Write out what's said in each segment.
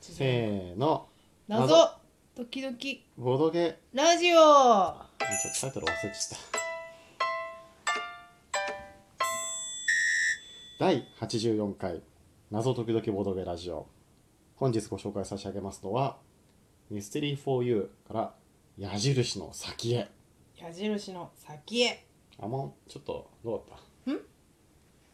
地せ上ーの謎謎ドキドキボドゲラジオちょっとタイトル忘れちゃった第84回謎時々ボドゲラジオ本日ご紹介差し上げますのは「ミステリー 4U」から「矢印の先へ矢印の先へ」あもうちょっとどうだっ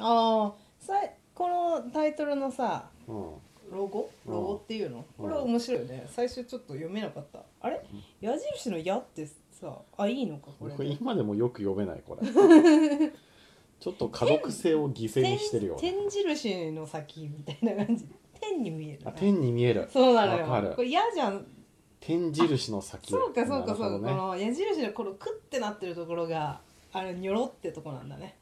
ああさこのタイトルのさたうんロゴうんロゴっていうのうんこれは面白いよね最初ちょっと読めなかったあれ矢印の矢ってさあいいのかこれこれ今でもよく読めないこれ ちょっと家族性を犠牲にしてるよね点印の先みたいな感じ点に見えるあな天に見えるそうなのわかよるこれ矢じゃん天印の先へそうかそうかそうか、なるほどねこの矢印のこのクッてなってるところがあれニョロってとこなんだね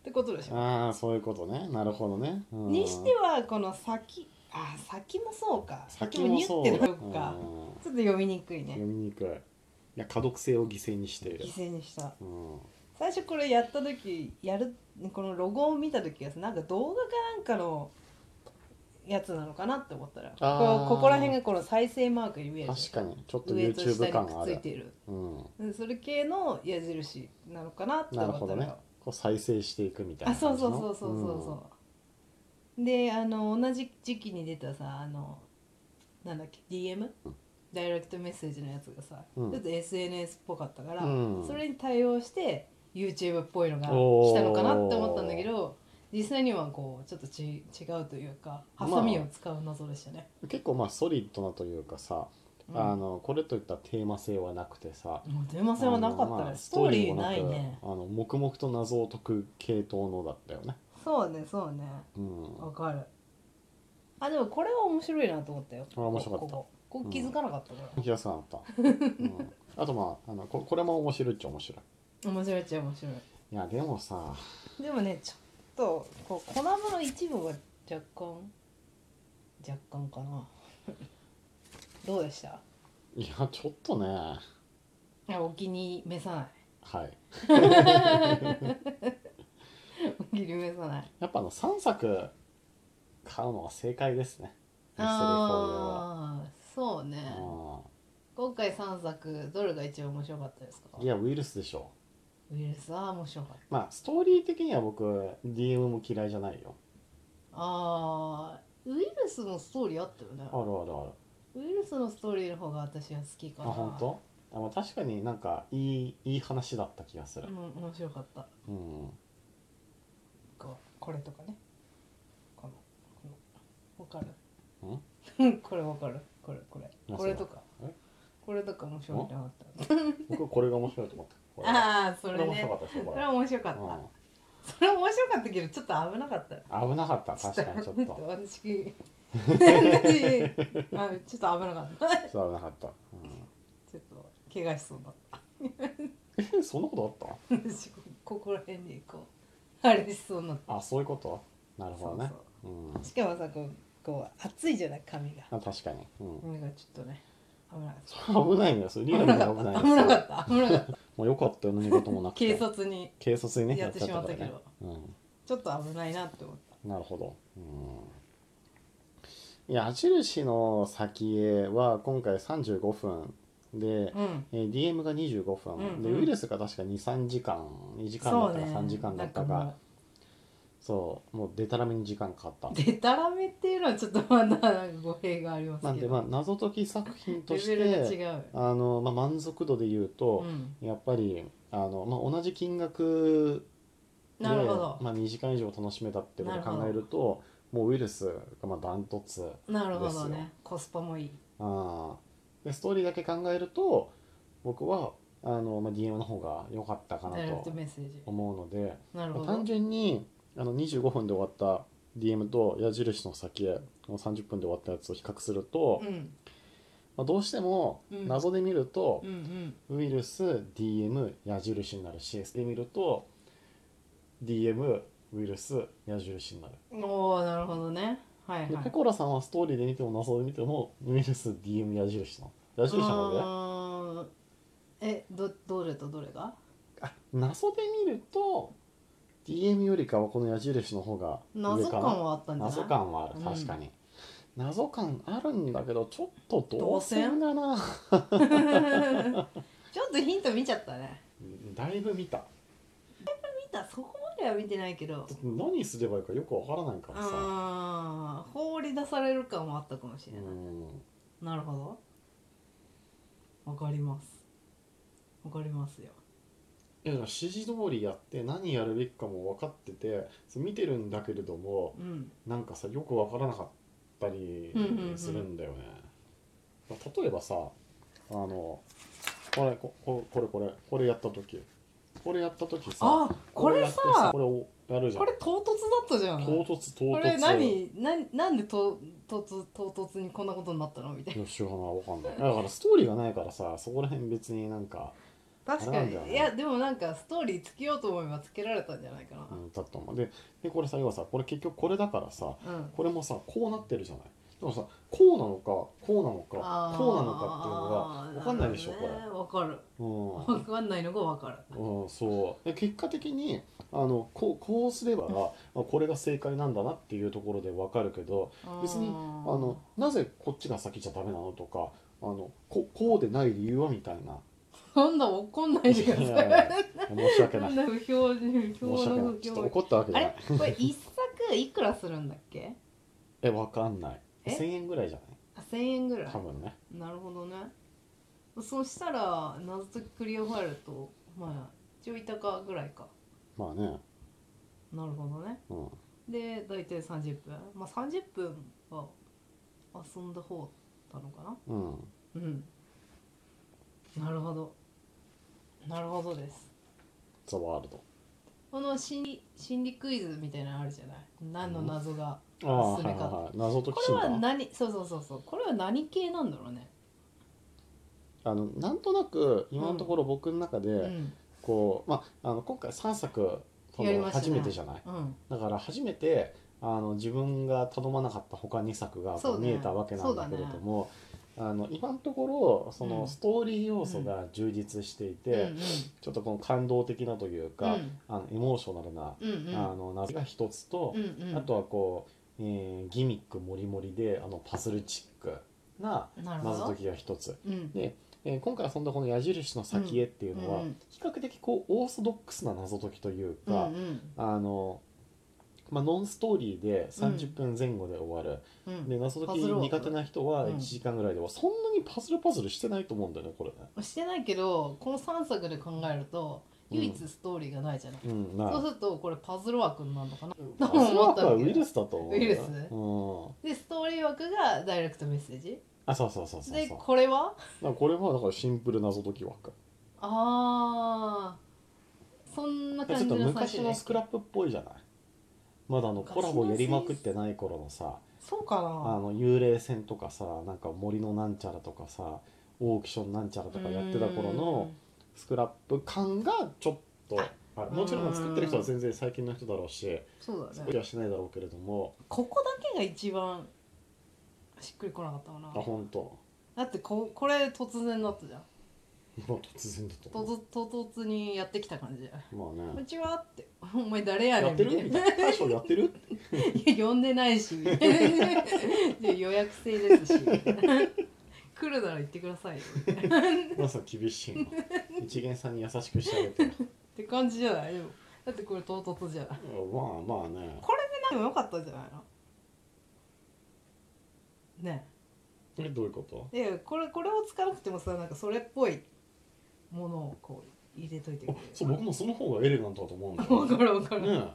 ってことでしょああそういうことねなるほどね、うんにしてはこの先あ先もそうか先もニュっそうてだなるかうんちょっと読みにくいね読みにくいいや家族性を犠牲にしている犠、牲にしたうん、最初これやった時やるこのロゴを見た時はさなんか動画かなんかのやつなのかなって思ったらあーこうここら辺がこの再生マークに見える確かにちょっと上と下 YouTube に感くがあっついるているうん、うんそれ系の矢印なのかなってな思るったほのどよねこう再生していくみたいあなそう感じそのうそうそうそうそうであの同じ時期に出たさあのなんだっけ DM ダイレクトメッセージのやつがさ、うんちょっと SNS っぽかったから、うんそれに対応して YouTube っぽいのがおー来たのかなって思ったんだけど実際にはこうちょっとち違うというかハサミを使う謎でしたね、うん結構まあソリッドなというかさ、うんあのこれといったテーマ性はなくてさ、もう電話線はなかあっのたまねあストーリーないもくねあの黙々と謎を解く系統のだったよねそうねそうねうん わかるあでもこれは面白いなと思ったよこれは面白かったここここ気づかなかったから、気がつかなかった、うん、あとまああのここれも面白いっちゃ面白い面白いっちゃ面白いいやでもさでもねちょっとこう粉々の一部は若干若干かな どうでしたいやちょっとねいやお気に召さないはいお気に召さないやっぱあの3作買うのが正解ですねミステリー4ああそうねは今回3作どれが一番面白かったですかうんいやウイルスでしょウイルスは面白かったまあストーリー的には僕 DM も嫌いじゃないよあーウイルスもストーリーあったよねあるあるあるウイルスのストーリーの方が私は好きかあな本当あまあ確かになんかいいいい話だった気がするうん面白かったうんこうこれとかねこのこのわかうんる これわかるこれこれあこれとかそうえこれとか面白いなと思っ僕これが面白いと思ったこたああそこれれ面ね白かったでしょそこれは面白かった、れ、それは面白かったけどちょっと危なかったうん、危なかった確かにちょっ とちょっと 私私あちょっと危なかった ちょっと危なかった、ちょっと怪我しそうだった うん、えそんなことあっ私ここら辺にこうあれしそうになったたあそういうことなるほどねそううんそうしかもさこうこう熱いじゃない髪があ確かに、うん、髪がちょっとね危なかったそれ危ないんだよそれリアル危にな危かないったんです危よなかった危なかったまあ、よかったよ何事もなく警て察に警察にねやってしまったけどらねちょっと危ないなって思ったうん、なるほど、うん、いや矢印の先へは今回35分で、うんえー DM が25分、うんでうんウイルスが確か23時間2時間だったか3時間だったかなんかそうもうでたらめに時間かかったもうでたらめっていうのはちょっとまだなんか語弊がありますけどなんでまあ謎解き作品とレしベルが違てうあの、まあ、満足度で言うと、うんやっぱりあの、まあ、同じ金額で、なるほど、まあ、2時間以上楽しめたってことを考えるともうウイルスがまあダントツなるほどねコスパもいいあーでストーリーだけ考えると僕はあの、まあ、DM の方が良かったかなダイレクトとメッセージ思うので、なるまほどあ単純にあの25分で終わった DM と矢印の先への30分で終わったやつを比較すると、うんまあ、どうしてもうん謎で見るとう、んウイルス DM 矢印になるしで見ると DM ウイルス矢印になる。うんおおなるほどねはいはいでペコラさんはストーリーで見ても謎で見てもウイルス DM 矢印の矢印なので、うーんえどどれとどれがあ謎で見ると DM よりかはこの矢印の方が上謎か感なはあったんじゃない謎感はあるうん確かに、謎感あるんだけどちょっと動動線線がな ちょっとヒント見ちゃったねだいぶ見た見たそこまでは見てないけど何すればいいかよくわからないからさあー放り出される感もあったかもしうれない、んなるほどわかりますわかりますよいやだから指示通りやって何やるべきかも分かっててそう見てるんだけれどもうんなんかさよく分からなかったりうんうんうんするんだよね、まあ例えばさあのこれこここれこれこれやった時これやった時さあこれやってさこれをやるじゃんこれ唐突だったじゃん唐突唐突これ何何なんでと唐突唐突にこんなことになったのみたいなよしはわかんないだからストーリーがないからさそこら辺別になんか、確かなんだに、よねいやでもなんかストーリーつけようと思えばつけられたんじゃないかなうん、だと思うででこれさ要はさこれ結局これだからさ、うんこれもさこうなってるじゃないでもさこうなのかこうなのあーかこうなのかっていうのが分かんないでしょるほどねわかるこれわかんないのがわかるうん、うん、そうで結果的にあのこうこうすればあこれが正解なんだなっていうところで分かるけど別にああのなぜこっちが先じゃダメなのとかあのここうでない理由はみたいなーなんだ怒んないでくださいいやいやい申し訳なない んだ不評不申し評訳のない不ちょっと評怒ったわけじあゃないれこれ一作いくらするんだっけえ分かんないえ1000円ぐらいじゃあ1000円ぐらないい多分ねなるほどねそしたら謎解きクリアファイルとまあちょい高ぐらいかまあねなるほどねうんで大体30分まあ30分は遊んだ方なのかなうんうんなるほどなるほどですザワールドこの心理心理クイズみたいなのあるじゃない何の謎が、ああ進はいめは方いはい謎解こきれ診は断何そうそうそうそうこれは何系なんだろうねあのなんとなく今のところ僕の中で、うんこうまああの今回3作そやりのましたね初めてじゃないうんだから初めてあの自分が頼まなかった他2作がそうね見えたわけなんだけれども、あの今のところそうのんストーリー要素が充実していて、うんちょっとこの感動的なというか、うんあのエモーショナルな、うんうんうんあの謎が一つと、うんうんあとはこう、えーギミックもりもりであのパズルチックななるほど謎解きが一つ。うんで、えー今回遊んだこの矢印の先へっていうのは、うんうん比較的こうオーソドックスな謎解きといううんうか、んあのまあ、ノンストーリーで30分前後で終わる、うんで謎解パきズルを苦手な人はうん1時間ぐらいで終わる、そんなにパズルパズルしてないと思うんだよねこれね。してないけどこの3作で考えるとうん唯一ストーリーがないじゃない、うん、なそうするとこれパズル枠になるのかなパズルワークはウイルスだと思うんだよウイルスうん、でストーリー枠がダイレクトメッセージあそうそうそうそうでそうこれはだからこれはだからシンプル謎解き枠あーそんなちょっ感じとの最昔初のスクラップっぽいじゃないまだあのコラボやりまくってない頃のさそうかあなの幽霊船とかさなんか森のなんちゃらとかさオークションなんちゃらとかやってた頃のスクラップ感がちょっとあるうんもちろん作ってる人は全然最近の人だろうしうーんそうだ作りねはしないだろうけれどもここだけが一番しっくりこなかったかなあ本当だってここれ突然だったじゃんもう突然だとと思と唐突にやってきた感じじゃんうこまあんねにちはって「お前誰やねやん」っみたいてなるみたいな大将やってるいや呼んでない しで予約制ですし来るなら行ってくださいよっ皆さん厳しいな一元さんに優しくしてあげて うんて感じじゃないでもだってこれ唐突じゃないまあまあねでもよかったんじゃないのねえどういうことえいやこれこれを使わなくてもさなんかそれっぽいものをこう入れといてくあれそう僕もその方がエレガントだと思うんだ 分よかる分かる、ね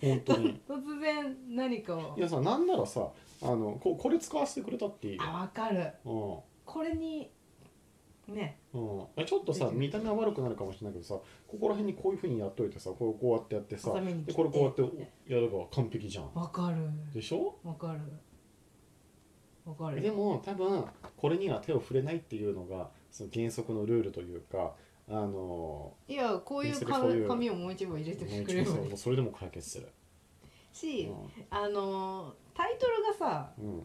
え本当に突然何かをいやさなんならさあのここれ使わせてくれたっていいよあ分かるうんこれにねうん、えちょっとさ見た目は悪くなるかもしれないけどさここら辺にこういうふうにやっといてさこうこうやってやってさ挟みに切ってでこれこうやってやれば完璧じゃん分かるでしょ分かる分かるでも多分これには手を触れないっていうのがその原則のルールというかあのいやこういう別にそうい紙う紙をもう一枚入れてもうく一れ度ばさいいもうそれでも解決する、うし、んあのータイトルがさうん、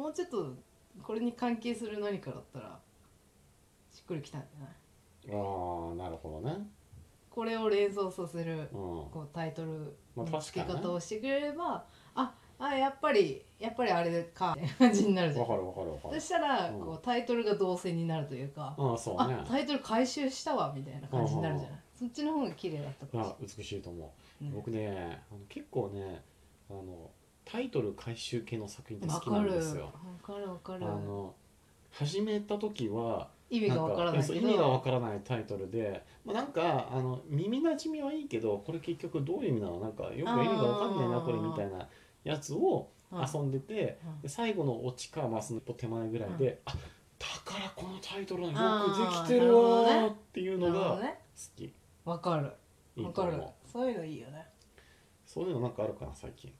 もうちょっとこれに関係する何かだったらしっくりきたんじゃないああなるほどね、これを連想させるうんこうタイトルまあの付け確かにね方をしてくれれば、ああやっぱりやっぱりあれかって感じになるじゃわんかるわかるわかそるしたらうんこうタイトルが動線になるというか、ああそうねあタイトル回収したわみたいな感じになるじゃない、そっちの方が綺麗だったかもしあ美しいと思れうない、僕ねあの結構ねあのタイトル回収系の作品っうてん、好わきかなんるわですよかるわかあるの始めた時は意味がわからんないそうけ意ど味がわからないタイトルで、まあ、なんかあの耳なじみはいいけどこれ結局どういう意味なのなんかよく意味がわかんないなあーこれみたいなやつを遊んでて、うんで最後のオチかまあその一歩手前ぐらいで、あだからこのタイトルはよくできてあるーわなるほどーっていううんのなるほがど好ねき、わかるいわいとか思るうそういうのいいよねそういうのなんかあるかな最近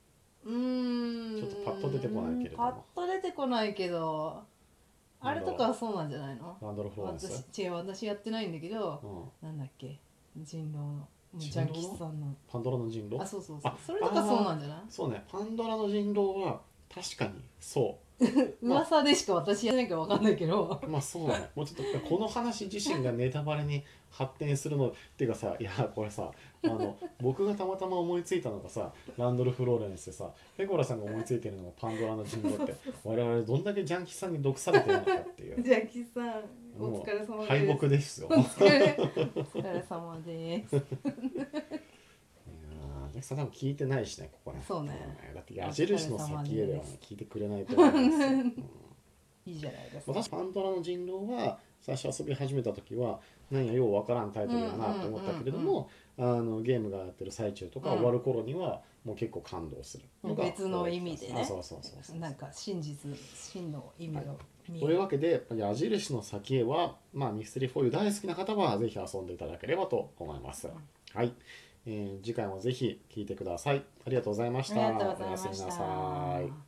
うーんちょっとパッと出てこないけれどもパッと出てこないけどあれとかはそうなんじゃないのランドルフローレンス、私違う私やってないんだけどうん、なんだっけ人狼のジ人ャン狼キスさんのパンドラの人あ狼そうそうそうあそれとかそうなんじゃないそうねパンドラの人狼は確かにそうまあ噂でしか私やってないからわかんないけどまあそうだね。もうちょっとこの話自身がネタバレに発展するのっていうかさ、いやこれさ、あの僕がたまたま思いついたのがさ、ランドルフローレンスでさ、ペコラさんが思いついてるのがパンドラの人狼って、我々どんだけジャンキさんに毒されてるのかっていう。ジャンキスさんおも疲れ様うです敗北です よ。いおや疲れお疲れ様ですージャンキさん多分聞いてないしねここね。そうねだって矢印の先へではお疲れ様でねす聞いてくれないと思 いますよ。うんいいじゃないですか私パンドラの人狼は最初遊び始めた時は何やようわからんタイトルやなと思ったけれどもあのゲームがやってる最中とかうん終わる頃にはもう結構感動するのが別の意味でねあそうそうそうそうなんか真実真の意味が見とえいるうわけで矢印の先へは、まあ、ミステリー4 u 大好きな方はぜひ遊んでいただければと思います、はい、えー次回もぜひ聞いてくださいありがとうございましたありがとうございまおやすみなしさいた。